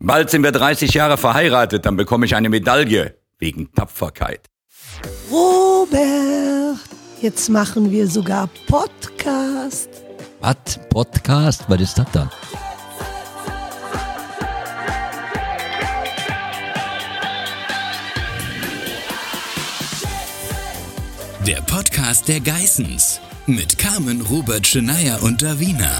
Bald sind wir 30 Jahre verheiratet, dann bekomme ich eine Medaille. Wegen Tapferkeit. Robert, jetzt machen wir sogar Podcast. Was? Podcast? Was ist das dann? Der Podcast der Geissens mit Carmen Robert Scheneier und Davina.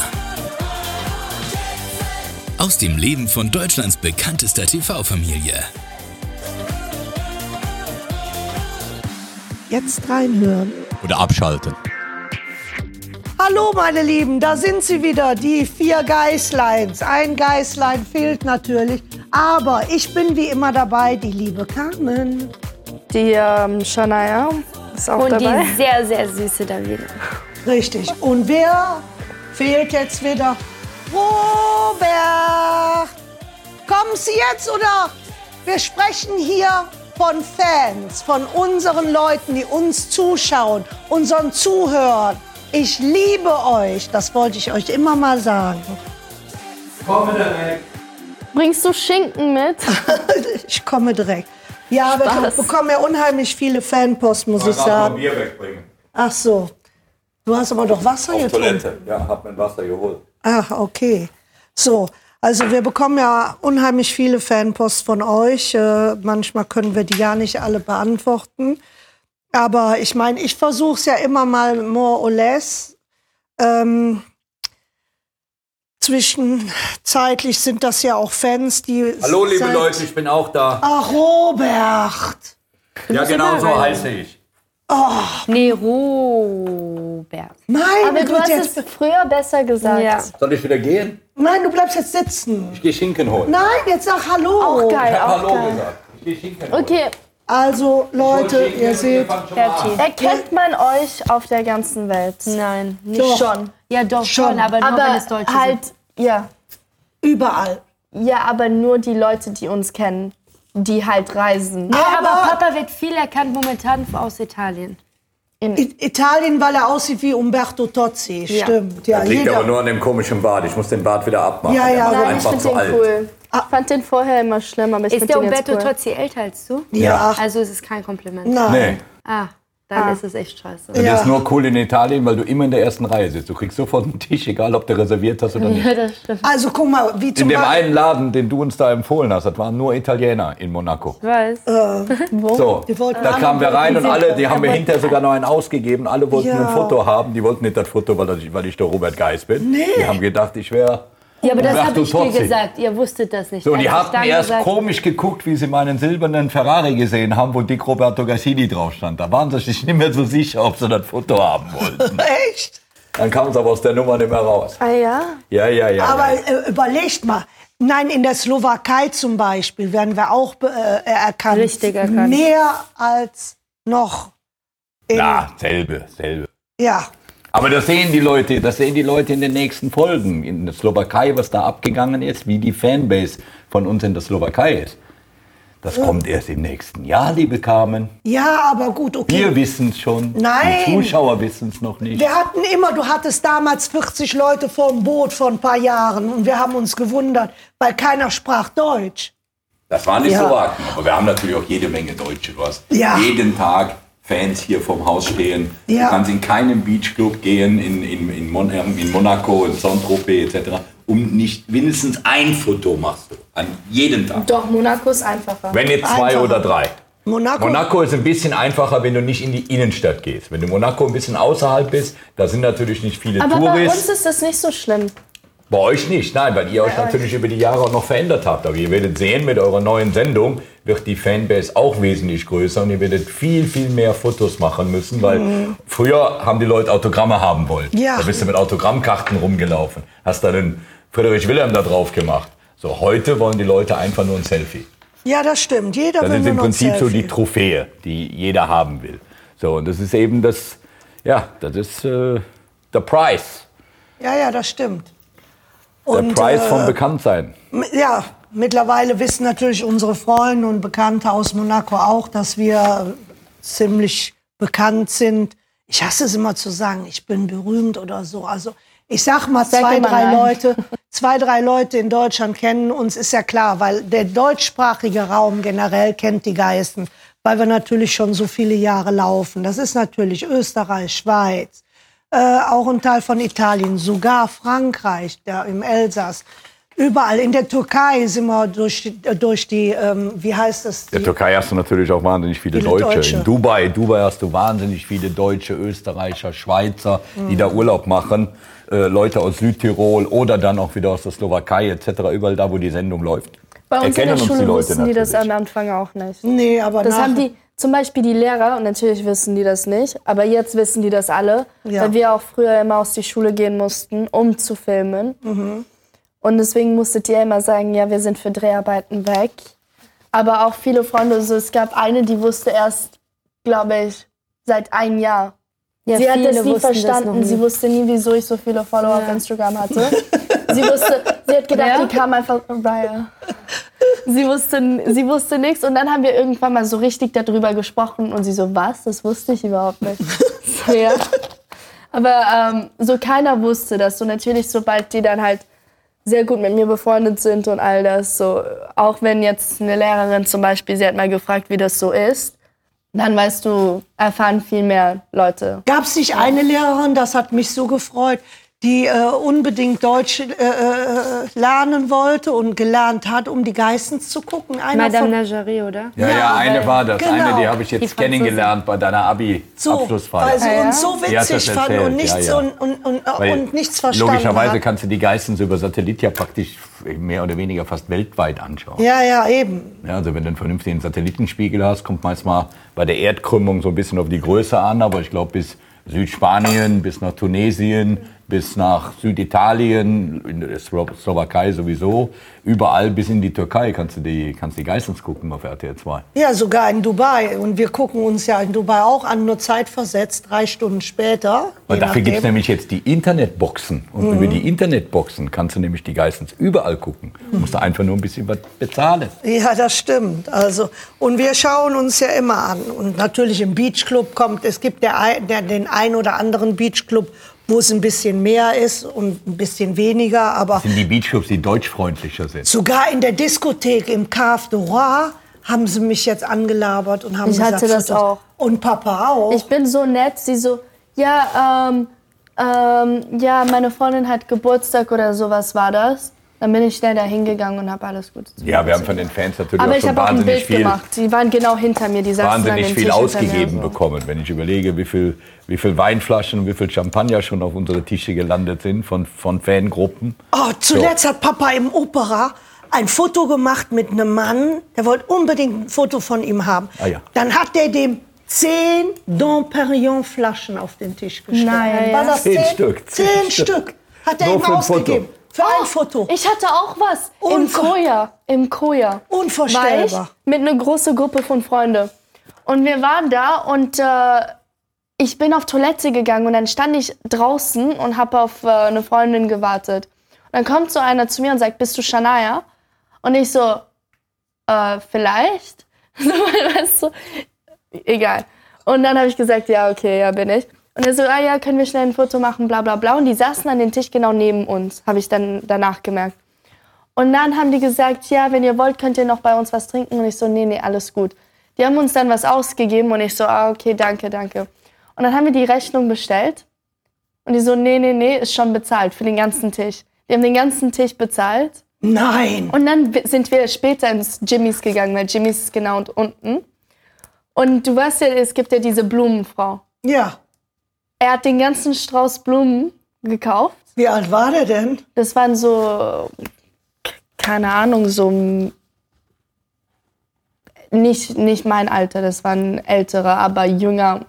Aus dem Leben von Deutschlands bekanntester TV-Familie. Jetzt reinhören. Oder abschalten. Hallo meine Lieben, da sind sie wieder, die vier Geißleins. Ein Geißlein fehlt natürlich, aber ich bin wie immer dabei, die liebe Carmen. Die ähm, Shania ist auch Und dabei. die sehr, sehr süße Davina. Richtig. Und wer fehlt jetzt wieder? Robert! Kommen Sie jetzt oder? Wir sprechen hier von Fans, von unseren Leuten, die uns zuschauen, unseren Zuhörern. Ich liebe euch, das wollte ich euch immer mal sagen. Bringst du Schinken mit? Ich komme direkt. Ja, wir Spaß. bekommen ja unheimlich viele Fanpost, muss ich sagen. Bier wegbringen. Ach so. Du hast aber doch Wasser getrunken. Ja, hab mein Wasser geholt. Ach, okay. So, also wir bekommen ja unheimlich viele Fanpost von euch. Äh, manchmal können wir die ja nicht alle beantworten. Aber ich meine, ich versuche es ja immer mal more or less. Ähm, zwischenzeitlich sind das ja auch Fans, die. Hallo, liebe seit- Leute, ich bin auch da. Ach, Robert! Ja, genau so heiße ich. Nee, Robert. Meine Aber du Güte, hast jetzt, es früher besser gesagt. Ja. Soll ich wieder gehen? nein, du bleibst jetzt sitzen. Ich gehe Schinken holen. Nein, jetzt sag Hallo. Auch geil, auch Hallo geil. gesagt. Ich gehe Schinken holen. Okay, Also, Leute, ihr seht. Ah. Berti. Erkennt man euch auf der ganzen Welt? Nein, nicht Doch. schon. Ja, doch, schon, Schon, aber nur wenn Aber es Deutsche sind. halt, ja. Überall. Ja, aber nur die Leute, die uns kennen, die halt reisen. Ja, Aber- aber Papa wird viel erkannt momentan aus Italien. I- Italien, weil er aussieht wie Umberto Tozzi. Ja. Stimmt, ja. Das liegt aber nur an dem komischen Bart. Ich muss den Bart wieder abmachen. Ja, ja, Der war nein, ich einfach finde zu den alt. cool. Ich fand den vorher immer schlimm, aber ich Ah. Ist finde der den jetzt Umberto cool. Tozzi älter als du? ja. Ach, Also es ist kein Kompliment. nein. Nee, Ah, dann ist es echt scheiße. das Ja. ist nur cool in Italien, weil du immer in der ersten Reihe sitzt. Du kriegst sofort einen Tisch, egal ob du reserviert hast oder nicht. Also guck mal, wie zum In dem Beispiel. einen Laden, den du uns da empfohlen hast, das waren nur Italiener in Monaco. Ich weiß. So, Die wollten da alle- kamen wir rein und die sind- alle, die haben mir hinterher sogar noch einen ausgegeben. Alle wollten Ja. ein Foto haben. Die wollten nicht das Foto, weil ich, weil ich der Robert Geis bin. Die haben gedacht, ich wäre. Ja, aber das Umberto habe ich dir Tozzi. gesagt. Ihr wusstet das nicht. So, Als die ich hatten dann erst gesagt- komisch geguckt, wie sie meinen silbernen Ferrari gesehen haben, wo Dick Roberto Gassini drauf stand. Da waren sie sich nicht mehr so sicher, ob sie das Foto haben wollten. Echt? Dann kamen sie aber aus der Nummer nicht mehr raus. Ah ja? Ja, ja, ja. Aber ja. äh, überlegt mal. Nein, in der Slowakei zum Beispiel werden wir auch be- äh, erkannt. Richtig erkannt. Mehr als noch. In, Na, selbe, selbe. Ja. Aber das sehen die Leute, das sehen die Leute in den nächsten Folgen. In der Slowakei, was da abgegangen ist, wie die Fanbase von uns in der Slowakei ist. Das kommt erst im nächsten Jahr, liebe Carmen. Ja, aber gut, okay. Wir wissen es schon. Nein. Die Zuschauer wissen es noch nicht. Wir hatten immer, du hattest damals 40 Leute vor dem Boot vor ein paar Jahren und wir haben uns gewundert, weil keiner sprach Deutsch. Das waren die Ja. Slowaken, aber wir haben natürlich auch jede Menge Deutsche. Du hast Ja. jeden Tag Fans hier vom Haus stehen. Ja. Du kannst in keinem Beachclub gehen, in, in, in, Mon in Monaco, in Saint-Tropez etc. Um nicht mindestens ein Foto machst du. An jedem Tag. Doch, Monaco ist einfacher. Wenn nicht zwei Einfacher. oder drei. Monaco, Monaco ist ein bisschen einfacher, wenn du nicht in die Innenstadt gehst. Wenn du Monaco ein bisschen außerhalb bist, da sind natürlich nicht viele Aber bei uns Touristen. ist das nicht so schlimm. Bei euch nicht, nein, weil ihr euch natürlich über die Jahre auch noch verändert habt. Aber ihr werdet sehen, mit eurer neuen Sendung wird die Fanbase auch wesentlich größer und ihr werdet viel, viel mehr Fotos machen müssen, weil früher haben die Leute Autogramme haben wollen. Mhm. Ja. Da bist du mit Autogrammkarten rumgelaufen, hast dann einen Friedrich Wilhelm da drauf gemacht. So, heute wollen die Leute einfach nur ein Selfie. ja, das stimmt. Jeder Das will ist nur im noch Prinzip so Selfie. die Trophäe, die jeder haben will. So, und das ist eben das, ja, das ist äh, der Price. Ja, ja, das stimmt. Der Und, Price vom äh, Bekanntsein. M- Ja, mittlerweile wissen natürlich unsere Freunde und Bekannte aus Monaco auch, dass wir ziemlich bekannt sind. Ich hasse es immer zu sagen, ich bin berühmt oder so. Also ich sag mal, Sag zwei, immer drei nein. Leute, zwei, drei Leute in Deutschland kennen uns, ist ja klar, weil der deutschsprachige Raum generell kennt die Geißen, weil wir natürlich schon so viele Jahre laufen. Das ist natürlich Österreich, Schweiz, äh, auch ein Teil von Italien, sogar Frankreich, da im Elsass. Überall in der Türkei sind wir durch, die- äh, durch die, ähm, wie heißt es? In der Türkei hast du natürlich auch wahnsinnig viele, Viele Deutsche. Deutsche. In Dubai, Dubai hast du wahnsinnig viele Deutsche, Österreicher, Schweizer, die da Urlaub machen. Äh, Leute aus Südtirol oder dann auch wieder aus der Slowakei etc. Überall da, wo die Sendung läuft. Bei uns in Erkennen der uns Schule die Leute wussten die das am natürlich. Anfang auch nicht. Nee, aber Das nach- haben die, zum Beispiel die Lehrer, und natürlich wissen die das nicht, aber jetzt wissen die das alle, Ja. weil wir auch früher immer aus die Schule gehen mussten, um zu filmen. Und deswegen musstet ihr immer sagen, ja, wir sind für Dreharbeiten weg. Aber auch viele Freunde, so, es gab eine, die wusste erst, glaube ich, seit einem Jahr. Ja, sie hat viele das nie wussten verstanden. noch sie nie. wusste nie, wieso ich so viele Follower auf Instagram hatte. sie wusste, sie hat gedacht, Wer? die kam einfach. Raya. Sie wusste, sie wusste nichts und dann haben wir irgendwann mal so richtig darüber gesprochen und sie so, was? Das wusste ich überhaupt nicht. so, ja. Aber ähm, so keiner wusste das. So natürlich, sobald die dann halt sehr gut mit mir befreundet sind und all das, so auch wenn jetzt eine Lehrerin zum Beispiel, sie hat mal gefragt, wie das so ist, dann weißt du, erfahren viel mehr Leute. Gab es nicht eine Lehrerin, das hat mich so gefreut, die äh, unbedingt Deutsch äh, äh, lernen wollte und gelernt hat, um die Geistens zu gucken? Einer Madame von, Najari, oder? Ja, ja, eine war das. Eine, die genau. habe ich jetzt Die Franzosen. kennengelernt bei deiner so, Abi-Abschlussfeier. weil sie uns so Die hat das witzig fand erzählt, und nichts, ja, ja. Und, und, und, äh, Weil und nichts verstanden Logischerweise hat. kannst du die Geistens über Satellit ja praktisch mehr oder weniger fast weltweit anschauen. Ja, ja, eben. Ja, also wenn du einen vernünftigen Satellitenspiegel hast, kommt meist mal bei der Erdkrümmung so ein bisschen auf die Größe an, aber ich glaube bis Südspanien, bis nach Tunesien, bis nach Süditalien, in der Slo- Slowakei sowieso, überall bis in die Türkei kannst du die, kannst die Geistens gucken auf RTL 2. Ja, sogar in Dubai. Und wir gucken uns ja in Dubai auch an, nur zeitversetzt, drei Stunden später. Und je dafür nachdem. gibt es nämlich jetzt die Internetboxen. Und Mhm. über die Internetboxen kannst du nämlich die Geistens überall gucken. Mhm. Du musst da einfach nur ein bisschen was bezahlen. Ja, das stimmt. Also, und wir schauen uns ja immer an. Und natürlich im Beachclub kommt, es gibt der, ein- der, den ein oder anderen Beachclub, wo es ein bisschen mehr ist und ein bisschen weniger. Aber Das sind die Beachclubs, die deutschfreundlicher sind. sogar in der Diskothek im Cave de Roi haben sie mich jetzt angelabert und haben Ich gesagt, hatte das Fotos. auch. Und Papa auch. Ich bin so nett, sie so, ja, ähm, ähm, ja, meine Freundin hat Geburtstag oder sowas war das. Dann bin ich schnell da hingegangen und habe alles gut. Ja, wir haben von den Fans natürlich Aber auch ich schon habe auch ein wahnsinnig Bild viel gemacht. Die waren genau hinter mir, die saßen an wahnsinnig dem viel Tisch ausgegeben hinter mir. bekommen. Wenn ich überlege, wie viel, wie viel Weinflaschen und wie viel Champagner schon auf unsere Tische gelandet sind von, von Fangruppen. Oh, zuletzt hat Papa im Opera ein Foto gemacht mit einem Mann, der wollte unbedingt ein Foto von ihm haben. Ah, ja. Dann hat er dem zehn Domperion Flaschen auf den Tisch gestellt. Nein. War das Zehn Stück, Zehn, zehn Stück. Stück. Hat er Nur ihm für ein Foto. ausgegeben. Für ein Foto. Oh, Ich hatte auch was im Unver- Koja. Im Koja. Unvorstellbar. War ich mit einer großen Gruppe von Freunden. Und wir waren da und äh, ich bin auf Toilette gegangen und dann stand ich draußen und habe auf äh, eine Freundin gewartet. Und dann kommt so einer zu mir und sagt, bist du Shania? Und ich so, äh, vielleicht? So, weißt du, egal. Und dann habe ich gesagt, ja, okay, ja, bin ich. Und er so, ah ja, können wir schnell ein Foto machen, bla bla bla. Und die saßen an den Tisch genau neben uns, habe ich dann danach gemerkt. Und dann haben die gesagt, ja, wenn ihr wollt, könnt ihr noch bei uns was trinken. Und ich so, nee, nee, alles gut. Die haben uns dann was ausgegeben und ich so, ah, okay, danke, danke. Und dann haben wir die Rechnung bestellt. Und die so, nee, nee, nee, ist schon bezahlt für den ganzen Tisch. Die haben den ganzen Tisch bezahlt. Nein. Und dann wi- sind wir später ins Jimmys gegangen, weil Jimmys ist genau und unten. Und du weißt ja, es gibt ja diese Blumenfrau. Ja. Er hat den ganzen Strauß Blumen gekauft. Wie alt war der denn? Das waren so, keine Ahnung, so m- nicht, nicht mein Alter, das waren ältere, aber jünger.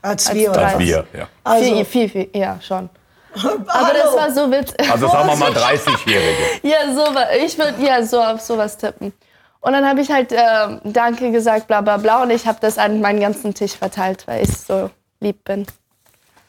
Als, Als wir. drei. oder? Wir, ja. Also, viel, viel, viel, ja, schon. Aber hallo. das war so witzig. Also sagen wir mal 30-Jährige. Ja, so, wa- ich würde ja so auf sowas tippen. Und dann habe ich halt ähm, Danke gesagt, bla bla bla. Und ich habe das an meinen ganzen Oh. Tisch verteilt, weil ich so lieb bin.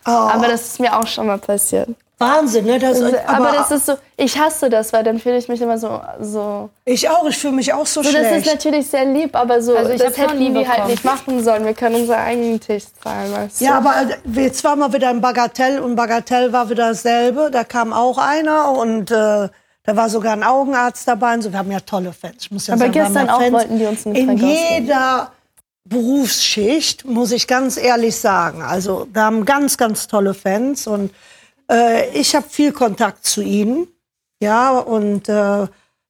Aber das ist mir auch schon mal passiert. Wahnsinn, ne? Das, Das, aber, Also, aber, das ist so, ich hasse das, weil dann fühle ich mich immer so, so. ich auch, ich fühle mich auch so, so das ist schlecht. natürlich sehr lieb, aber so, Also ich das hab's noch hätten nie die halt bekommen. nicht machen sollen. Wir können unseren eigenen Tisch zahlen, weißt du? ja, aber äh, jetzt war mal wieder ein Bagatell und Bagatell war wieder dasselbe. Da kam auch einer und äh, da war sogar ein Augenarzt dabei. Und so, wir haben ja tolle Fans. Ich muss ja Aber sagen, wir haben gestern ja auch Fans wollten die uns einen In Frank ausgeben. jeder Berufsschicht, muss ich ganz ehrlich sagen. Also da haben ganz, ganz tolle Fans und äh, ich habe viel Kontakt zu ihnen. Ja, und äh, wir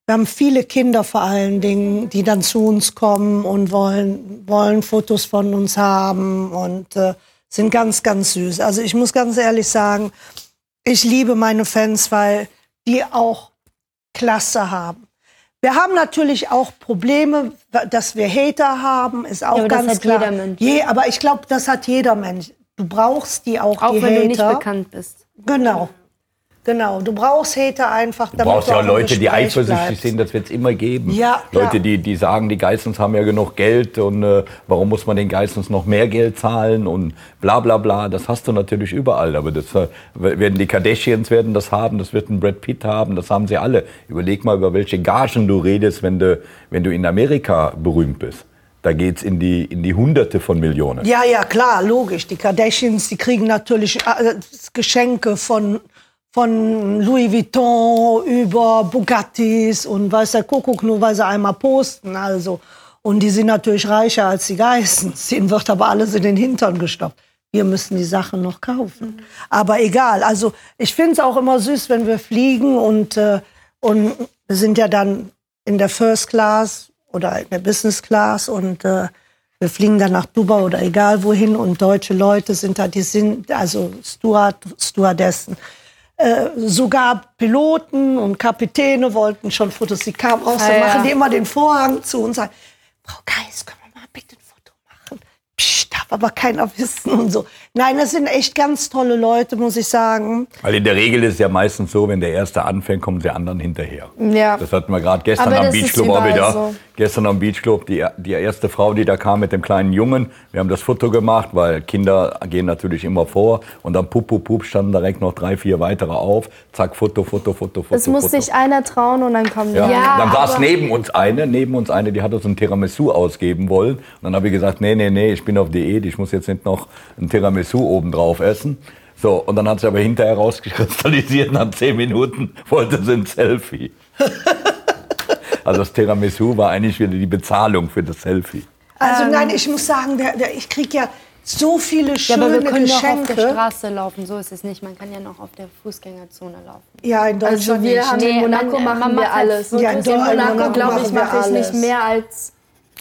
haben viele Kinder vor allen Dingen, die dann zu uns kommen und wollen, wollen Fotos von uns haben und äh, sind ganz, ganz süß. Also ich muss ganz ehrlich sagen, ich liebe meine Fans, weil die auch Klasse haben. Wir haben natürlich auch Probleme, dass wir Hater haben, ist auch Ja, aber das ganz hat klar. jeder Mensch. Je, aber ich glaube, das hat jeder Mensch. Du brauchst die auch, Auch die wenn Hater. du nicht bekannt bist. Genau. Genau, du brauchst Hater einfach. Du brauchst ja auch im Leute, die Gespräch eifersüchtig bleibst. sind, das wird es immer geben. Ja, klar. Leute, die, die sagen, die Geissens haben ja genug Geld und äh, warum muss man den Geissens noch mehr Geld zahlen und bla bla bla. Das hast du natürlich überall, aber das äh, werden die Kardashians werden das haben, das wird ein Brad Pitt haben, das haben sie alle. Überleg mal, über welche Gagen du redest, wenn du, wenn du in Amerika berühmt bist. Da geht's in die, in die Hunderte von Millionen. Ja, ja, klar, logisch. Die Kardashians, die kriegen natürlich äh, Geschenke von, von Louis Vuitton über Bugattis und weiß der Kuckuck, nur weil sie einmal posten. Also. Und die sind natürlich reicher als die Geissens. Denen wird aber alles in den Hintern gestopft. Wir müssen die Sachen noch kaufen. Aber egal. Also ich finde es auch immer süß, wenn wir fliegen und, äh, und wir sind ja dann in der First Class oder in der Business Class und äh, wir fliegen dann nach Dubai oder egal wohin und deutsche Leute sind da, die sind, also Steward, Stewardessen. Äh, sogar Piloten und Kapitäne wollten schon Fotos. Die kamen raus, dann Ah, ja. machen die immer den Vorhang zu und sagen, Frau Geis, können wir mal bitte ein Foto machen? Psst, darf aber keiner wissen und so. Nein, das sind echt ganz tolle Leute, muss ich sagen. Weil in der Regel ist es ja meistens so, wenn der Erste anfängt, kommen die anderen hinterher. Ja. Das hatten wir gerade gestern Aber am das ist Beachclub auch überall wieder. so. Gestern am Beachclub, die, die erste Frau, die da kam mit dem kleinen Jungen. Wir haben das Foto gemacht, weil Kinder gehen natürlich immer vor. Und dann pup, pup, pup standen direkt noch drei, vier weitere auf. Zack, Foto, Foto, Foto, Foto. Es muss Foto. sich einer trauen und dann kommen die. Ja. Ja, dann saß aber- neben uns eine, neben uns eine, die hat uns ein Tiramisu ausgeben wollen. Und dann habe ich gesagt, nee, nee, nee, ich bin auf Diät, ich muss jetzt nicht noch ein Tiramisu obendrauf essen. So, und dann hat sie aber hinterher rausgekristallisiert, nach zehn Minuten wollte sie ein Selfie. Also das Tiramisu war eigentlich wieder die Bezahlung für das Selfie. Also Ähm. nein, ich muss sagen, wer- wer- ich kriege ja so viele Ja, schöne aber wir können doch auf der Geschenke. Straße laufen, so ist es nicht. Man kann ja noch auf der Fußgängerzone laufen. Ja, in Deutschland Also wir nicht. ne? haben Nee, in Monaco man- machen man wir macht halt alles. so- Ja, in doch, in Monaco, Monaco glaube ich, machen wir mache ich nicht alles. mehr als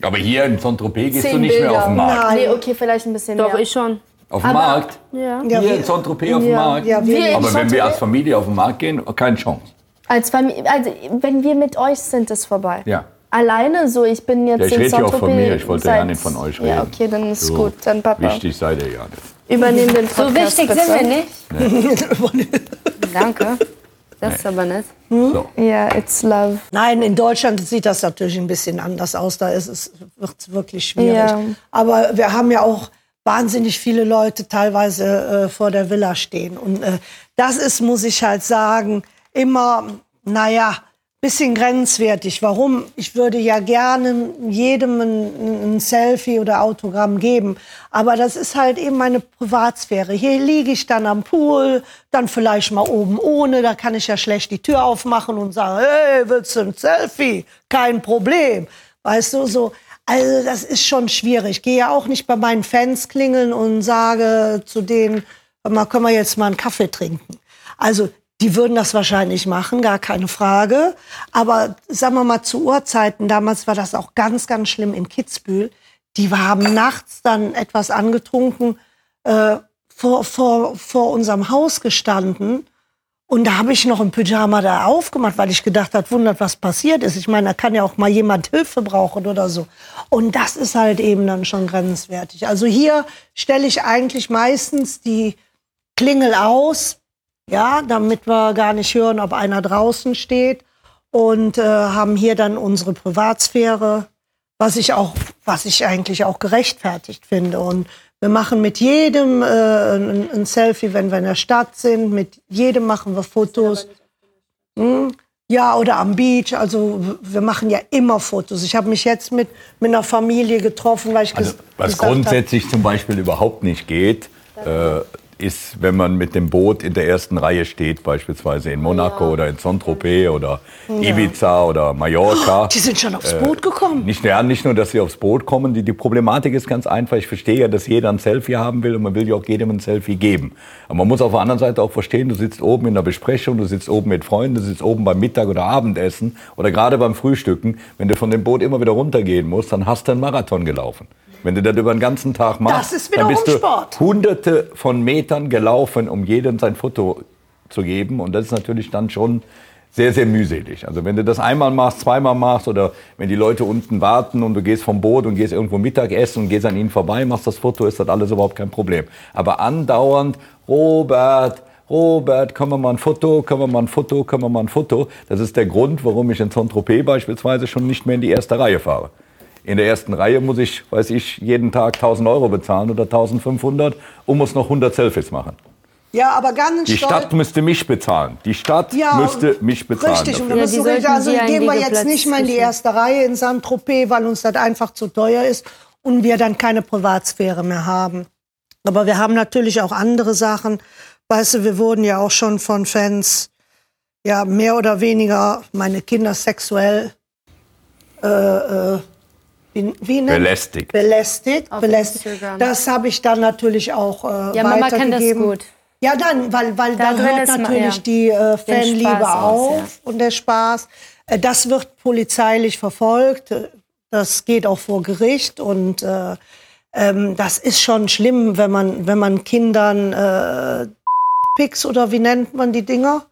Aber hier in Saint-Tropez gehst du zehn nicht Bilder. mehr auf den Markt. Nein. Nee, okay, vielleicht ein bisschen Doch, mehr. ich schon. Auf den Markt? Ja. Ja, Hier wir- in Saint-Tropez auf den Ja. Markt? Ja, wir- Wir in aber wenn Saint-Tropez- wir als Familie auf den Markt gehen, keine Chance. Als Familie, also wenn wir mit euch sind, ist vorbei. Ja. Alleine so, ich bin jetzt Ja, ich in rede ja auch Saint-Tropez von mir, ich wollte ja seit- nicht von euch reden. Ja, okay, dann ist So gut. Dann Papa, Wichtig seid ihr ja nicht. übernehmen den Podcast So wichtig bitte. sind wir nicht. Danke. Das ist aber nett. Ja, it's love. Nein, in Deutschland sieht das natürlich ein bisschen anders aus. Da ist es wird's wirklich schwierig. Ja. Aber wir haben ja auch wahnsinnig viele Leute teilweise äh, vor der Villa stehen. Und äh, das ist, muss ich halt sagen, immer, naja, bisschen grenzwertig. Warum? Ich würde ja gerne jedem ein, ein Selfie oder Autogramm geben. Aber das ist halt eben meine Privatsphäre. Hier liege ich dann am Pool, dann vielleicht mal oben ohne. Da kann ich ja schlecht die Tür aufmachen und sagen, hey, willst du ein Selfie? Kein Problem. Weißt du, so. Also das ist schon schwierig. Ich gehe ja auch nicht bei meinen Fans klingeln und sage zu denen, hör mal, können wir jetzt mal einen Kaffee trinken? Also die würden das wahrscheinlich machen, gar keine Frage. Aber sagen wir mal zu Urzeiten, damals war das auch ganz, ganz schlimm in Kitzbühel. Die haben nachts dann etwas angetrunken äh, vor, vor, vor unserem Haus gestanden. Und da habe ich noch im Pyjama da aufgemacht, weil ich gedacht habe, wundert, was passiert ist. Ich meine, da kann ja auch mal jemand Hilfe brauchen oder so. Und das ist halt eben dann schon grenzwertig. Also hier stelle ich eigentlich meistens die Klingel aus, ja, damit wir gar nicht hören, ob einer draußen steht. Und äh, haben hier dann unsere Privatsphäre, was ich auch, was ich eigentlich auch gerechtfertigt finde. Und Wir machen mit jedem äh, ein, ein Selfie, wenn wir in der Stadt sind. Mit jedem machen wir Fotos. Hm? Ja, oder am Beach. Also w- wir machen ja immer Fotos. Ich habe mich jetzt mit, mit einer Familie getroffen, weil ich Also, ges- was gesagt hab- grundsätzlich zum Beispiel überhaupt nicht geht, äh, ist, wenn man mit dem Boot in der ersten Reihe steht, beispielsweise in Monaco oder in Saint-Tropez oder Ibiza oder Mallorca. Oh, Die sind schon Äh, aufs Boot gekommen. Nicht, ja, nicht nur, dass sie aufs Boot kommen. Die, die Problematik ist ganz einfach. Ich verstehe ja, dass jeder ein Selfie haben will und man will ja auch jedem ein Selfie geben. Aber man muss auf der anderen Seite auch verstehen, du sitzt oben in einer Besprechung, du sitzt oben mit Freunden, du sitzt oben beim Mittag- oder Abendessen oder gerade beim Frühstücken. Wenn du von dem Boot immer wieder runtergehen musst, dann hast du einen Marathon gelaufen. Wenn du das über den ganzen Tag machst, ist dann wiederum bist du Sport. hunderte von Metern gelaufen, um jedem sein Foto zu geben. Und das ist natürlich dann schon sehr, sehr mühselig. Also wenn du das einmal machst, zweimal machst oder wenn die Leute unten warten und du gehst vom Boot und gehst irgendwo Mittagessen und gehst an ihnen vorbei, machst das Foto, ist das alles überhaupt kein Problem. Aber andauernd, Robert, Robert, können wir mal ein Foto, können wir mal ein Foto, können wir mal ein Foto. Das ist der Grund, warum ich in Saint-Tropez beispielsweise schon nicht mehr in die erste Reihe fahre. In der ersten Reihe muss ich, weiß ich, jeden Tag 1000 Euro bezahlen oder 1500 und muss noch 100 Selfies machen. Ja, aber ganz Die stolz. Stadt müsste mich bezahlen. Die Stadt müsste und- mich bezahlen. Richtig, und dafür. dann Ja, bist die du sollten richtig, also sie einen gehen wir Liegeplatz jetzt nicht mal in die zwischen- erste Reihe in Saint-Tropez, weil uns das einfach zu teuer ist und wir dann keine Privatsphäre mehr haben. Aber wir haben natürlich auch andere Sachen. Weißt du, wir wurden ja auch schon von Fans, ja, mehr oder weniger, meine Kinder sexuell, äh, äh, wie, wie nennt- Belästigt. Belästigt, Auf belästigt. Instagram. Das habe ich dann natürlich auch äh, Ja, Mama kann das weitergegeben. gut. Ja, dann, weil, weil Da da drin hört ist ma- natürlich ja. die äh, Fanliebe Spaß auf aus, ja. und der Spaß. Äh, das wird polizeilich verfolgt. Äh, Das geht auch vor Gericht und äh, ähm, das ist schon schlimm, wenn man, wenn man Kindern äh, Picks oder wie nennt man die Dinger?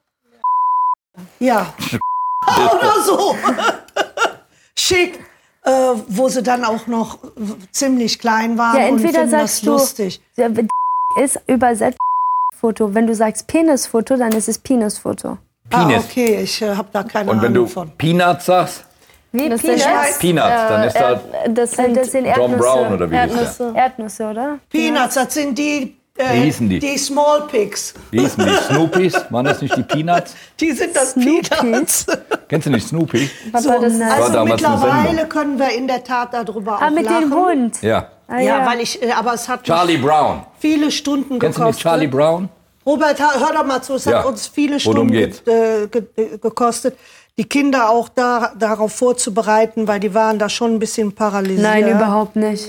Ja. oder so. schickt, äh, wo sie dann auch noch w- ziemlich klein waren Ja, und entweder finden das sagst du, lustig. ja, d- ist übersetzt Foto. Wenn du sagst Penisfoto, dann ist es Penisfoto. Ah, Penis. okay, ich äh, habe da keine Und wenn Ahnung du von. Peanuts sagst, Wie Das Penis? ist Schweiz. Peanuts, dann ist da Äh, das sind, Das sind John Erdnüsse. Brown oder wie hieß der? Erdnüsse. Erdnüsse, oder? Peanuts, das sind die, äh, Wie hießen die? Small Pigs. Wie hießen die? Snoopies? Waren das nicht die Peanuts? Die sind das Snoopy? Peanuts. Kennst du nicht Snoopy? Papa, das ist War Also damals eine mittlerweile Sendung. können wir in der Tat darüber Ah, auch mit lachen. dem Hund. Ja. Ah, Ja, weil ich, äh, aber es hat mich Charlie Brown. viele Stunden Kennst du gekostet. nicht Charlie Brown? Robert, ha- hör doch mal zu, es Ja, hat uns viele Stunden worum ge geht's? äh, ge äh, gekostet, die Kinder auch da, darauf vorzubereiten, weil die waren da schon ein bisschen paralysiert. Nein, überhaupt nicht.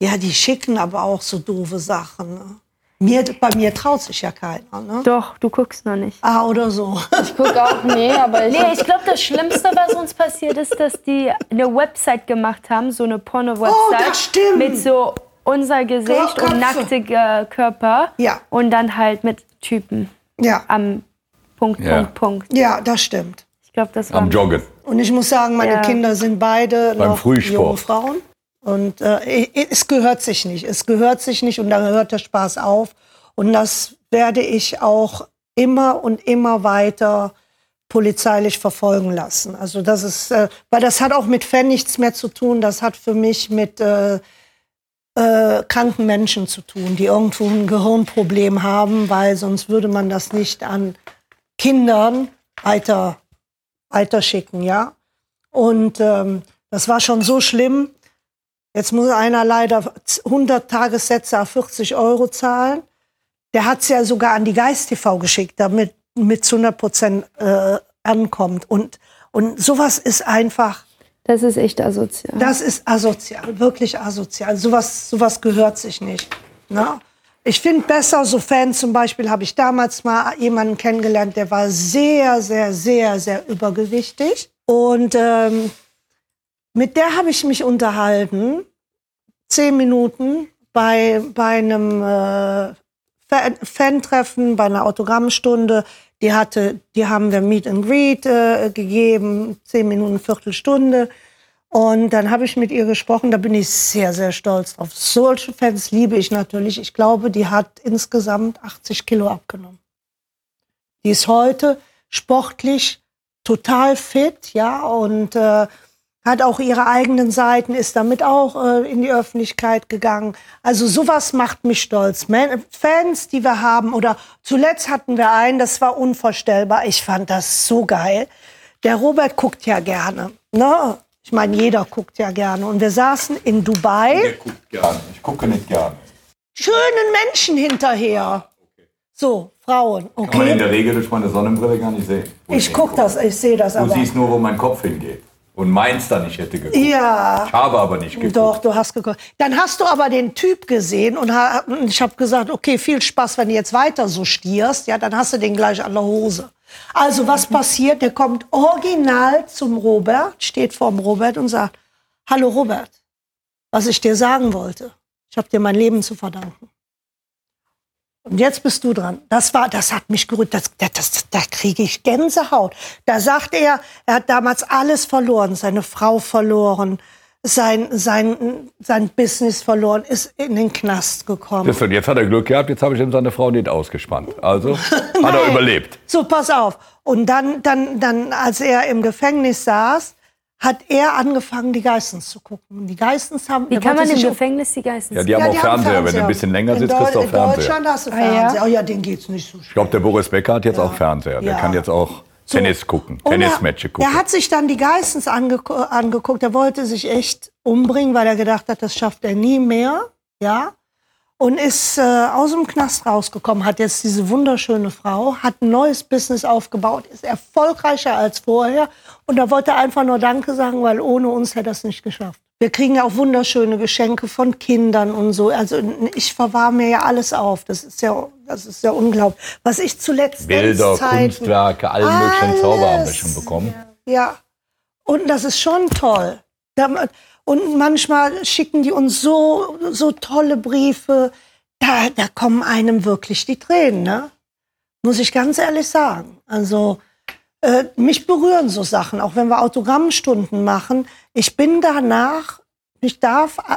Ja, die schicken aber auch so doofe Sachen. Ne? Mir, bei mir traut sich ja keiner. Ne? Doch, du guckst noch nicht. Ah, oder so. Ich gucke auch nie, aber ich. Nee, ich glaube, das Schlimmste, was uns passiert ist, dass die eine Website gemacht haben, so eine Oh, das Porno-Website. stimmt. mit so unser Gesicht Köpfe. und nackte äh, Körper. Ja. Und dann halt mit Typen Ja, am Punkt, Ja. Punkt, Punkt. ja, das stimmt. Ich glaube, das war. Am Joggen. Und ich muss sagen, meine Ja. Kinder sind beide Beim noch Frühsport. junge Frauen. Und äh, es gehört sich nicht. Es gehört sich nicht und da hört der Spaß auf. Und das werde ich auch immer und immer weiter polizeilich verfolgen lassen. Also das ist, äh, weil das hat auch mit Fan nichts mehr zu tun. Das hat für mich mit äh, äh, kranken Menschen zu tun, die irgendwo ein Gehirnproblem haben, weil sonst würde man das nicht an Kindern weiter weiterschicken, ja. Und ähm, das war schon so schlimm. Jetzt muss einer leider 100 Tagessätze auf 40 Euro zahlen. Der hat es ja sogar an die Geist TV geschickt, damit mit zu 100 Prozent äh, ankommt. Und, und sowas ist einfach, Das ist echt asozial. das ist asozial, wirklich asozial. Sowas, sowas gehört sich nicht. Ne? Ich finde besser, so Fans zum Beispiel, habe ich damals mal jemanden kennengelernt, der war sehr, sehr, sehr, sehr übergewichtig. Und ähm, mit der habe ich mich unterhalten, zehn Minuten, bei, bei einem äh, Fan- Fan-Treffen, bei einer Autogrammstunde. Die, hatte, die haben wir Meet and Greet äh, gegeben, zehn Minuten, Viertelstunde. Und dann habe ich mit ihr gesprochen, da bin ich sehr, sehr stolz drauf. Solche Fans liebe ich natürlich. Ich glaube, die hat insgesamt 80 Kilo abgenommen. Die ist heute sportlich total fit, ja, und äh, hat auch ihre eigenen Seiten, ist damit auch äh, in die Öffentlichkeit gegangen. Also sowas macht mich stolz. Man Fans, die wir haben, oder zuletzt hatten wir einen, das war unvorstellbar. Ich fand das so geil. Der Robert guckt ja gerne. Ne? Ich meine, jeder guckt ja gerne. Und wir saßen in Dubai, guckt gern. Ich gucke nicht gern. schönen Menschen hinterher. So, Frauen, Kann man in okay? der Regel durch meine Sonnenbrille gar nicht sehen. Wo Ich guck das, ich sehe das Du aber. siehst nur, wo mein Kopf hingeht. Und meins da nicht hätte geguckt. Ja. Ich habe aber nicht geguckt. Doch, du hast geguckt. Dann hast du aber den Typ gesehen und ha- und ich habe gesagt, okay, viel Spaß, wenn du jetzt weiter so stierst, ja, dann hast du den gleich an der Hose. Also was passiert? Der kommt original zum Robert, steht vorm Robert und sagt, hallo Robert, was ich dir sagen wollte. Ich habe dir mein Leben zu verdanken. Und jetzt bist du dran. Das war, das hat mich gerührt. Das, das, das, da kriege ich Gänsehaut. Da sagt er, er hat damals alles verloren, seine Frau verloren, sein sein sein Business verloren, ist in den Knast gekommen. Das wird- Jetzt hat er Glück gehabt, jetzt habe ich ihm seine Frau nicht ausgespannt. Also hat er Nein. überlebt. So, pass auf. Und dann, dann, dann, als er im Gefängnis saß, hat er angefangen, die Geistens zu gucken. Und Die Geistens haben. Wie der kann wollte man im sich- Gefängnis die Geistens... Ja, die haben auch Fernseher. Wenn du ein bisschen länger In sitzt, kriegst du auch Deu- In Fernseher. Deutschland hast du Fernseher. Oh ja, den geht's nicht so Ich glaube, der Boris Becker hat jetzt auch Fernseher. Der Ja. kann jetzt auch So. Tennis gucken, Und Tennismatches Er, gucken. er hat sich dann die Geistens ange angeguckt. Er wollte sich echt umbringen, weil er gedacht hat, das schafft er nie mehr. Ja. Und ist äh, aus dem Knast rausgekommen, hat jetzt diese wunderschöne Frau, hat ein neues Business aufgebaut, ist erfolgreicher als vorher. Und da wollte er einfach nur Danke sagen, weil ohne uns hätte er es nicht geschafft. Wir kriegen ja auch wunderschöne Geschenke von Kindern und so. Also ich verwahre mir ja alles auf. Das ist ja, das ist ja unglaublich. Was ich zuletzt Bilder, Zeiten- Kunstwerke, allen möglichen Alles. Zauber haben wir schon bekommen. Ja. Und das ist schon toll. Da- Und manchmal schicken die uns so, so tolle Briefe. Da, da kommen einem wirklich die Tränen, ne? Muss ich ganz ehrlich sagen. Also, äh, mich berühren so Sachen, auch wenn wir Autogrammstunden machen. Ich bin danach, mich darf äh,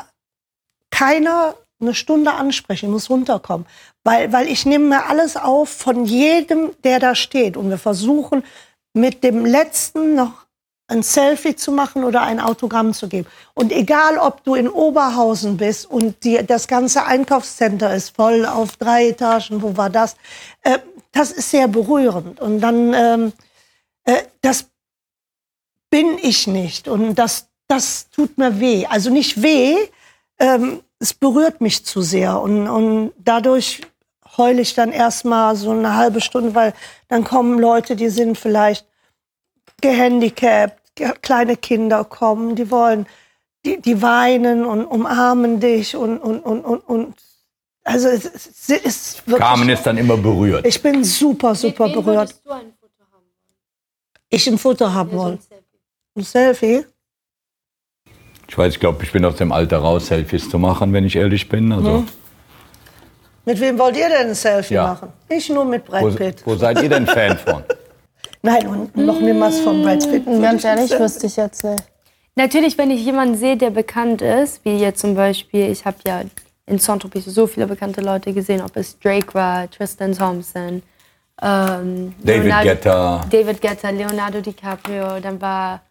keiner eine Stunde ansprechen, ich muss runterkommen. Weil, weil ich nehme mir alles auf von jedem, der da steht. Und wir versuchen, mit dem Letzten noch ein Selfie zu machen oder ein Autogramm zu geben. Und egal, ob du in Oberhausen bist und die, das ganze Einkaufscenter ist voll auf drei Etagen, wo war das? Äh, das ist sehr berührend. Und dann, ähm, äh, das bin ich nicht. Und das, das tut mir weh. Also nicht weh, ähm, es berührt mich zu sehr. Und, und dadurch heule ich dann erstmal so eine halbe Stunde, weil dann kommen Leute, die sind vielleicht gehandicapt, ge- kleine Kinder kommen, die wollen, die, die weinen und umarmen dich und, und, und, und, und also es, es ist wirklich. Carmen ist dann immer berührt. Ich bin super, super berührt. Ich ein Foto haben wollen. Ein Selfie? Ich weiß, ich glaube, ich bin aus dem Alter raus, Selfies zu machen, wenn ich ehrlich bin. Also, Hm, Mit wem wollt ihr denn ein Selfie Ja. machen? Ich nur mit wo, Brad Pitt. wo seid ihr denn Fan von? Nein, und noch niemals von Brad Pitt. Ganz ehrlich, wüsste ich jetzt nicht. Natürlich, wenn ich jemanden sehe, der bekannt ist, wie jetzt zum Beispiel, ich habe ja in Saint-Tropez so viele bekannte Leute gesehen, ob es Drake war, Tristan Thompson, ähm, David Guetta. David Guetta, Leonardo DiCaprio, dann war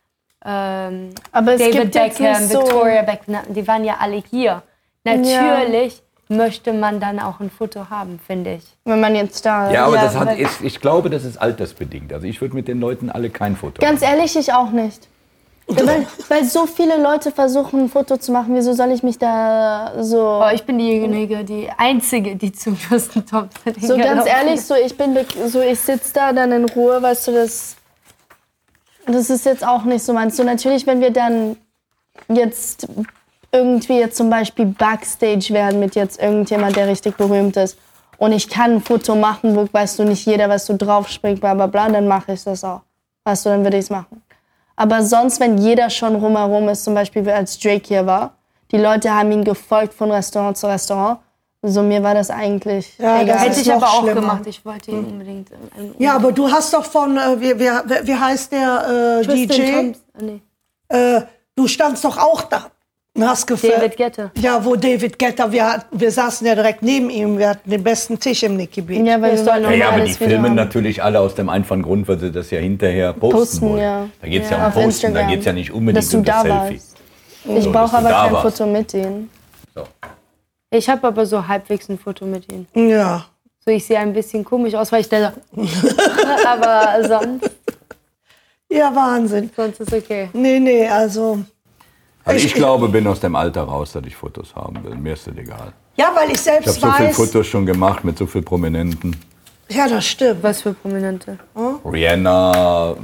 ähm, Aber es David gibt jetzt Beckham, nicht so- Victoria Beckham, die waren ja alle hier. Natürlich möchte man dann auch ein Foto haben, finde ich. Wenn man jetzt da. Ja, aber das hat, weil- ist, ich glaube, das ist altersbedingt. Also ich würde mit den Leuten alle kein Foto Ganz ehrlich, ich auch nicht. Weil, weil so viele Leute versuchen, ein Foto zu machen. Wieso soll ich mich da so. Aber ich bin diejenige, die einzige, die zu Tristan Thompson So ganz hingelaufen ehrlich, so ich bin bek- so ich sitze da dann in Ruhe, weißt du, das das ist jetzt auch nicht so meins. So natürlich, wenn wir dann jetzt irgendwie jetzt zum Beispiel Backstage werden mit jetzt irgendjemand, der richtig berühmt ist und ich kann ein Foto machen, wo weißt du nicht jeder, was du draufspringt, bla bla bla, dann mache ich das auch. Weißt du, dann würde ich es machen. Aber sonst, wenn jeder schon rumherum ist, zum Beispiel als Drake hier war, die Leute haben ihn gefolgt von Restaurant zu Restaurant. So mir war das eigentlich Ja, das egal. ist Hätte ich noch aber auch schlimmer. Hm. gemacht. Ich wollte ihn unbedingt. äh, Ein, Ja, aber du hast doch von, äh, wie, wie, wie heißt der äh, Tristan DJ? Thompson- Ah, nee. Äh, du standst doch auch da. Hast gefällt. David Guetta. Ja, wo David Guetta, wir, hat- wir saßen ja direkt neben ihm, wir hatten den besten Tisch im Nicky Beach. Ja, weil Das wir ist doch wollen Ja, ja, aber die normales Video filmen haben. natürlich alle aus dem einfachen Grund, weil sie das ja hinterher posten, Posten, wollen. ja. Da geht es ja, Ja, um auf Posten, da Instagram. geht es ja nicht unbedingt Dass du um das da Selfie. warst. Ich So, dass brauche du aber da kein warst. Foto mit denen. So. Also Ich habe aber so halbwegs ein Foto mit ihnen. Ja. So, ich sehe ein bisschen komisch aus, weil ich da so. aber sonst, Ja, Wahnsinn. sonst ist okay. Nee, nee, also. Also ich, Ich- glaube, bin aus dem Alter raus, dass ich Fotos haben will. Mir ist das egal. Ja, weil ich Ich habe selbst so viele weiß. Fotos schon gemacht mit so vielen Prominenten. ja, das stimmt. Was für Prominente. Rihanna.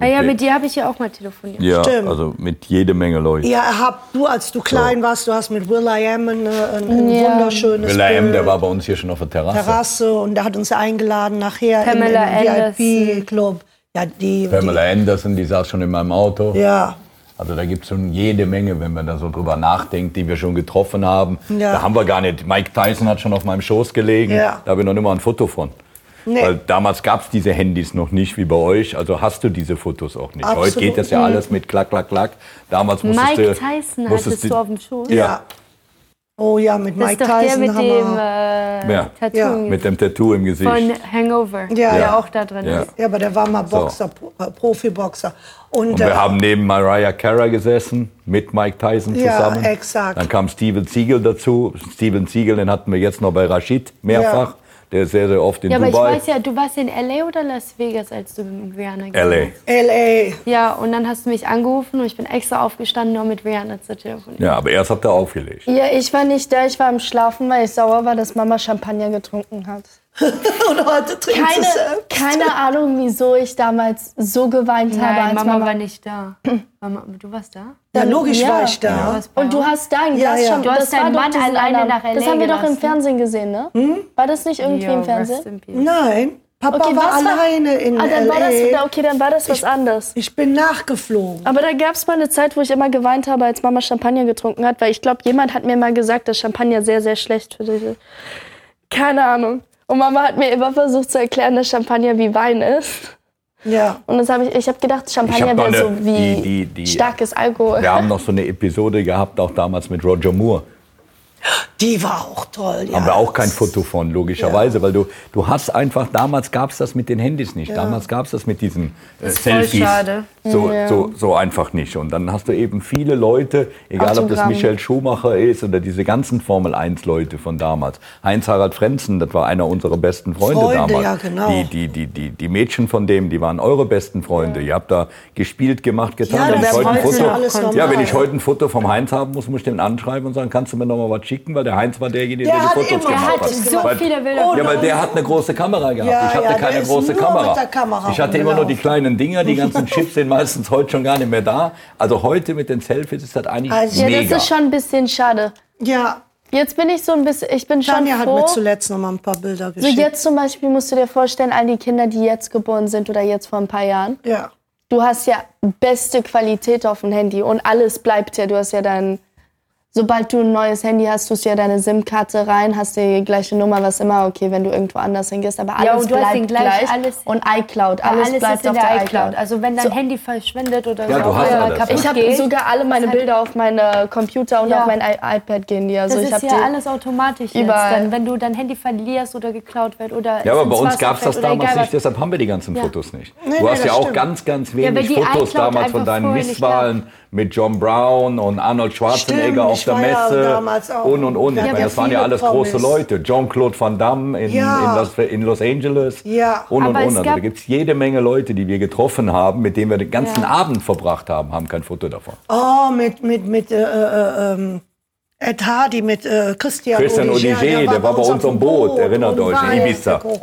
Ah ja, der- mit dir habe ich ja auch mal telefoniert. Ja, Stimmt. also mit jede Menge Leuten. Ja, hab, du, als du klein warst, du hast mit Will I Am ein, ein, ein Ja. wunderschönes Will.i.am, Bild. der war bei uns hier schon auf der Terrasse. Terrasse und der hat uns eingeladen nachher in Pamela den Anderson. VIP-Club. Ja, die, Pamela Anderson, die saß schon in meinem Auto. die. Ja. Also da gibt es schon jede Menge, wenn man da so drüber nachdenkt, die wir schon getroffen haben. Ja. Da haben wir gar nicht. Mike Tyson hat schon auf meinem Schoß gelegen. Ja. Da habe ich noch nicht mal ein Foto von. Nee. Weil damals gab es diese Handys noch nicht wie bei euch. Also hast du diese Fotos auch nicht. Absolut Heute geht das ja alles mit Klack, Klack, Klack. Damals musstest du. Mike Tyson musstest hattest du auf dem Schoß. Ja. Ja. Oh ja, mit Das Mike ist doch Tyson der mit haben dem wir. äh, Ja. Tattoo Ja. Mit dem Tattoo im Gesicht. von Hangover, Ja. der Ja. auch da drin Ja. ist. Ja, aber der war mal Boxer, Pro- äh, Profiboxer. Und, Und äh, wir haben neben Mariah Carey gesessen, mit Mike Tyson Ja, zusammen. exakt. Dann kam Steven Siegel dazu. Steven Siegel, den hatten wir jetzt noch bei Rashid mehrfach. Der ist sehr, sehr oft in Ja, aber ich Dubai. weiß ja, du warst in L.A. oder Las Vegas, als du mit Rihanna gegangen LA. bist? LA. Ja, und dann hast du mich angerufen und ich bin extra aufgestanden, um mit Rihanna zu telefonieren. Ja, aber erst hat er aufgelegt. Ja, ich war nicht da, ich war im Schlafen, weil ich sauer war, dass Mama Champagner getrunken hat. Und heute trinkt Keine, es selbst. keine Ahnung, wieso ich damals so geweint habe. Nein, als Mama war nicht da. Mama, du warst da? Ja, logisch Ja. war ich da. Du warst bei Und du uns? hast dein Ja, Glas ja. schon. Du hast das deinen war doch Mann diesen alleine Alarm. nach LA Das haben wir doch im gelassen. Fernsehen gesehen, ne? War das nicht irgendwie Ja, im rest Fernsehen? in peace. Nein, Papa Okay, war was war- alleine in Ah, dann war das, LA. okay, dann war das was anderes. ich bin nachgeflogen. Aber da gab es mal eine Zeit, wo ich immer geweint habe, als Mama Champagner getrunken hat, weil ich glaube, jemand hat mir mal gesagt, dass Champagner sehr, sehr schlecht für dich ist. Keine Ahnung. Und Mama hat mir immer versucht zu erklären, dass Champagner wie Wein ist. Ja. Und das habe ich, ich habe gedacht, Ich Champagner hab noch wäre eine- so wie die- die- die- starkes Alkohol. Wir haben noch so eine Episode gehabt, auch damals mit Roger Moore. Die war auch toll. Ja. Haben wir auch kein Foto von, logischerweise, weil du, du hast einfach, damals gab es das mit den Handys nicht, damals gab es das mit diesen äh, ist voll Selfies. schade. So, so, so einfach nicht. Und dann hast du eben viele Leute, egal ob das Autogramm. Michael Schumacher ist oder diese ganzen Formel 1 Leute von damals. Heinz-Harald Frenzen, das war einer unserer besten Freunde, Freunde, damals. ja, genau. die, die, die, die, die Mädchen von dem, die waren eure besten Freunde. Ihr habt da gespielt, gemacht, Ja, getan. Wenn das ich heute ein ist heute Foto- alles ja, wenn normal. ich heute ein Foto vom Heinz haben muss, muss ich den anschreiben und sagen, kannst du mir noch mal was schicken, weil der Heinz war derjenige, Der der, die hat Fotos immer gemacht hat. Fotos gemacht. Weil- So viele Bilder. Ja, weil der hat eine große Kamera gehabt. Ja, ich hatte ja, der keine ist große nur Kamera. mit der Kamera Ich hatte immer nur die rumgelaufen. kleinen Dinger, die ganzen Chips sind meistens heute schon gar nicht mehr da. Also heute mit den Selfies ist das eigentlich Also- Ja, mega. das ist schon ein bisschen schade. Ja, Jetzt bin ich so ein bisschen, ich bin schon Tanja hat froh. mir zuletzt noch mal ein paar Bilder so geschickt. jetzt zum Beispiel musst du dir vorstellen, all die Kinder, die jetzt geboren sind oder jetzt vor ein paar Jahren, ja. du hast ja beste Qualität auf dem Handy und alles bleibt ja. Du hast ja dein, sobald du ein neues Handy hast, tust du ja deine SIM-Karte rein, hast die gleiche Nummer, was immer, okay, wenn du irgendwo anders hingehst, aber alles Ja, und du hast bleibt den gleich- gleich. alles- und iCloud, Aber alles, alles bleibt ist in auf der iCloud. iCloud. Also wenn dein Handy verschwindet oder Ja, so, du hast oder alles. kaputt ich habe geht, sogar alle meine Bilder auf meine Computer und Ja. auf mein I iPad gehen die. Also das ich ist habe ja alles automatisch jetzt, Überall. dann, wenn du dein Handy verlierst oder geklaut wird oder Ja, es aber bei ins uns Wasser gab es das fällt oder damals egal nicht, was. deshalb haben wir die ganzen Ja. Fotos nicht. nee, du hast das ja auch stimmt. ganz, ganz weil wenig die Fotos iCloud damals von einfach deinen vorher nicht Misswahlen mit John Brown und Arnold Schwarzenegger Stimmt, auf ich der war ja damals Messe auch- und und und. Ja, ich meine, wir das waren ja viele alles Promis. große Leute. Jean-Claude Van Damme in, Ja. in, Los, in Los Angeles Ja. und und Aber es und. Also da gab- gibt es jede Menge Leute, die wir getroffen haben, mit denen wir den ganzen Abend verbracht haben, haben kein Foto davon. Oh, mit, mit, mit äh, äh, äh, ähm, Ed Hardy, mit äh, Christian, Christian Audigier, der war bei uns am Boot, erinnert euch, in Ibiza. So.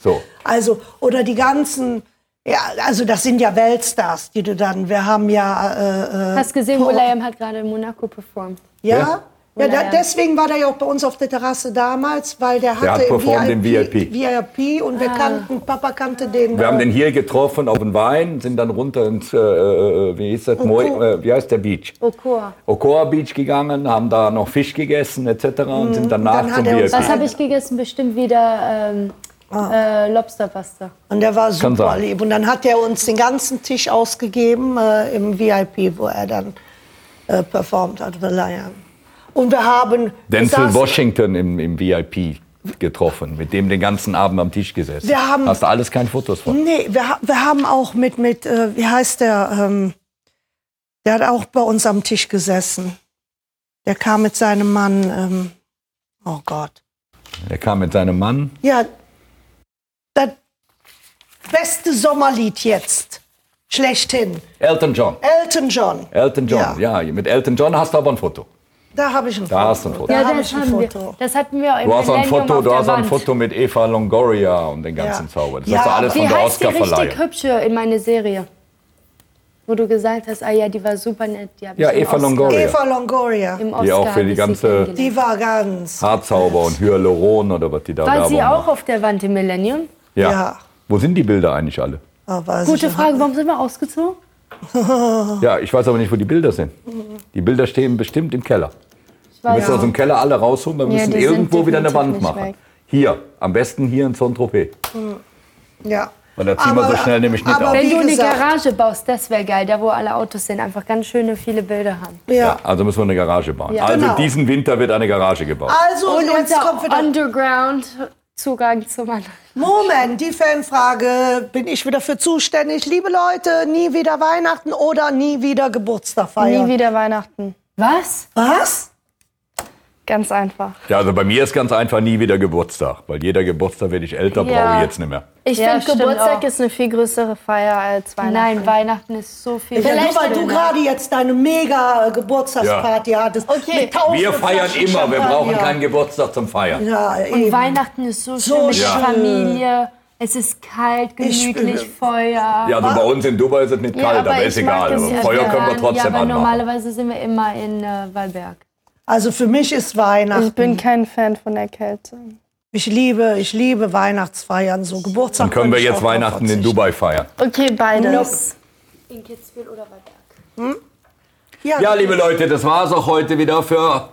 So. Also, oder die ganzen, ja, also das sind ja Weltstars, die du dann, wir haben ja, äh, äh, Hast gesehen, Paul- Will.i.am hat gerade in Monaco performt. Ja? Ja, da, ja. deswegen war der ja auch bei uns auf der Terrasse damals, weil der hatte hat performt im VIP. VIP und wir kannten, Papa kannte den. äh, Wir haben den hier getroffen auf den Wein, sind dann runter ins, äh, äh, wie hieß das, Moi, äh, wie heißt der Beach? Okoa. Okoa Beach gegangen, haben da noch Fisch gegessen etc. und Mhm. sind danach Dann hat zum er VIP. uns Was habe ich gegessen? Bestimmt wieder ähm, Ah. äh, Lobsterpasta. Und der war Kann super sein. lieb. Und dann hat er uns den ganzen Tisch ausgegeben äh, im VIP, wo er dann äh, performt hat, Reliant. Und wir haben. wir Denzel saßen- Washington im, im VIP getroffen, mit dem den ganzen Abend am Tisch gesessen. Wir haben- Hast du alles keine Fotos Mhm. von? Nee, wir, ha- wir haben auch mit, mit äh, wie heißt der? Ähm, der hat auch bei uns am Tisch gesessen. Der kam mit seinem Mann. Ähm, oh Gott. Er kam mit seinem Mann. Ja, das beste Sommerlied jetzt. Schlechthin. Elton John. Elton John. Elton John, ja. Mit Elton John hast du aber ein Foto. Da habe ich ein Foto. Da hast du ein Foto. Da Ja, habe das, ich ein haben wir. Foto. das hatten wir im Du hast auch ein Millennium Foto, auf du der hast auch ein Wand. Foto mit Eva Longoria und den ganzen Ja. Zauber. Das Ja, hast du alles aber- von Wie der heißt die Oscarverleihung. richtig hübsche in meine Serie? Wo du gesagt hast, ah ja, die war super nett. Die hab Ja, ich im Eva Oscar- Longoria. Eva Longoria. im Die Oscar auch für die hab ich sie ganze- kennengelernt. Die war ganz. Haarzauber und Hyaluron oder was die da War Werbung sie auch machen. auf der Wand im Millennium? Ja. Ja. Wo sind die Bilder eigentlich alle? Ah, weiß Gute ich auch. Frage, warum sind wir ausgezogen? Ja, ich weiß aber nicht, wo die Bilder sind. Die Bilder stehen bestimmt im Keller. Wir weiß müssen aus dem Keller alle rausholen, wir müssen die sind irgendwo wieder eine definitiv Wand nicht machen. weg. Hier, am besten hier in Saint-Tropez. Ja. Weil da ziehen wir so schnell nämlich nicht aber auf. wie Wenn du eine gesagt, Garage baust, das wäre geil, da wo alle Autos sind. Einfach ganz schöne, viele Bilder haben. Ja, Ja. also müssen wir eine Garage bauen. Ja. Also Genau. diesen Winter wird eine Garage gebaut. Also, Und jetzt kommt unser wieder. Underground-Zugang zum anderen. Moment, die Fanfrage bin ich wieder für zuständig. Liebe Leute, nie wieder Weihnachten oder nie wieder Geburtstag feiern. Nie wieder Weihnachten. Was? Was? Ganz einfach. Ja, also bei mir ist ganz einfach nie wieder Geburtstag, weil jeder Geburtstag werde ich älter, brauche Ja. ich jetzt nicht mehr. Ich ja, finde stimmt Geburtstag auch. ist. ist eine viel größere Feier als Weihnachten. Nein, Weihnachten ist so viel. Ja, nur weil du gerade jetzt deine mega äh, Geburtstagsparty hattest. Okay. mit tausenden Wir feiern Flaschen immer, wir Champagner. brauchen keinen Geburtstag zum Feiern. Ja, Und eben. Weihnachten ist so, So schön mit schön. der Familie. Es ist kalt, Ich- gemütlich, Feuer. Ja, also bei uns in Dubai ist es nicht Ja, kalt, aber aber ist ich mag egal. das Aber ja Feuer gern. können wir Also ja, trotzdem aber anmachen. normalerweise sind wir immer in äh, Wallberg. Also für mich ist Ich Weihnachten. bin kein Fan von der Kälte. Ich liebe, ich liebe Weihnachtsfeiern, so Geburtstag. Dann können wir könnte ich auch jetzt drauf Weihnachten in verzichten. Dubai feiern. Okay, beides. In Kitzbühel oder Wallberg? Ja, liebe Leute, das war's auch heute wieder für,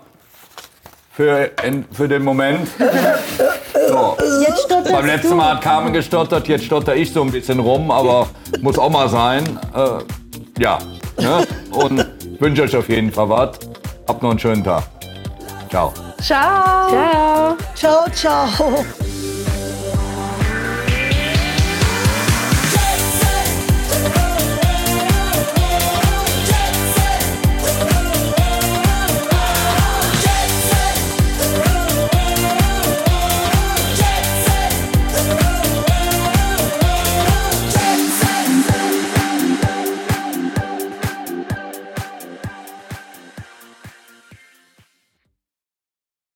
für, in, für den Moment. So. Jetzt stotterst Beim letzten Mal hat Carmen gestottert, jetzt stotter ich so ein bisschen rum, aber muss auch mal sein. Äh, ja. Ne? Und ich wünsche euch auf jeden Fall was. Habt noch einen schönen Tag. Ciao. Ciao. Ciao. Ciao, ciao.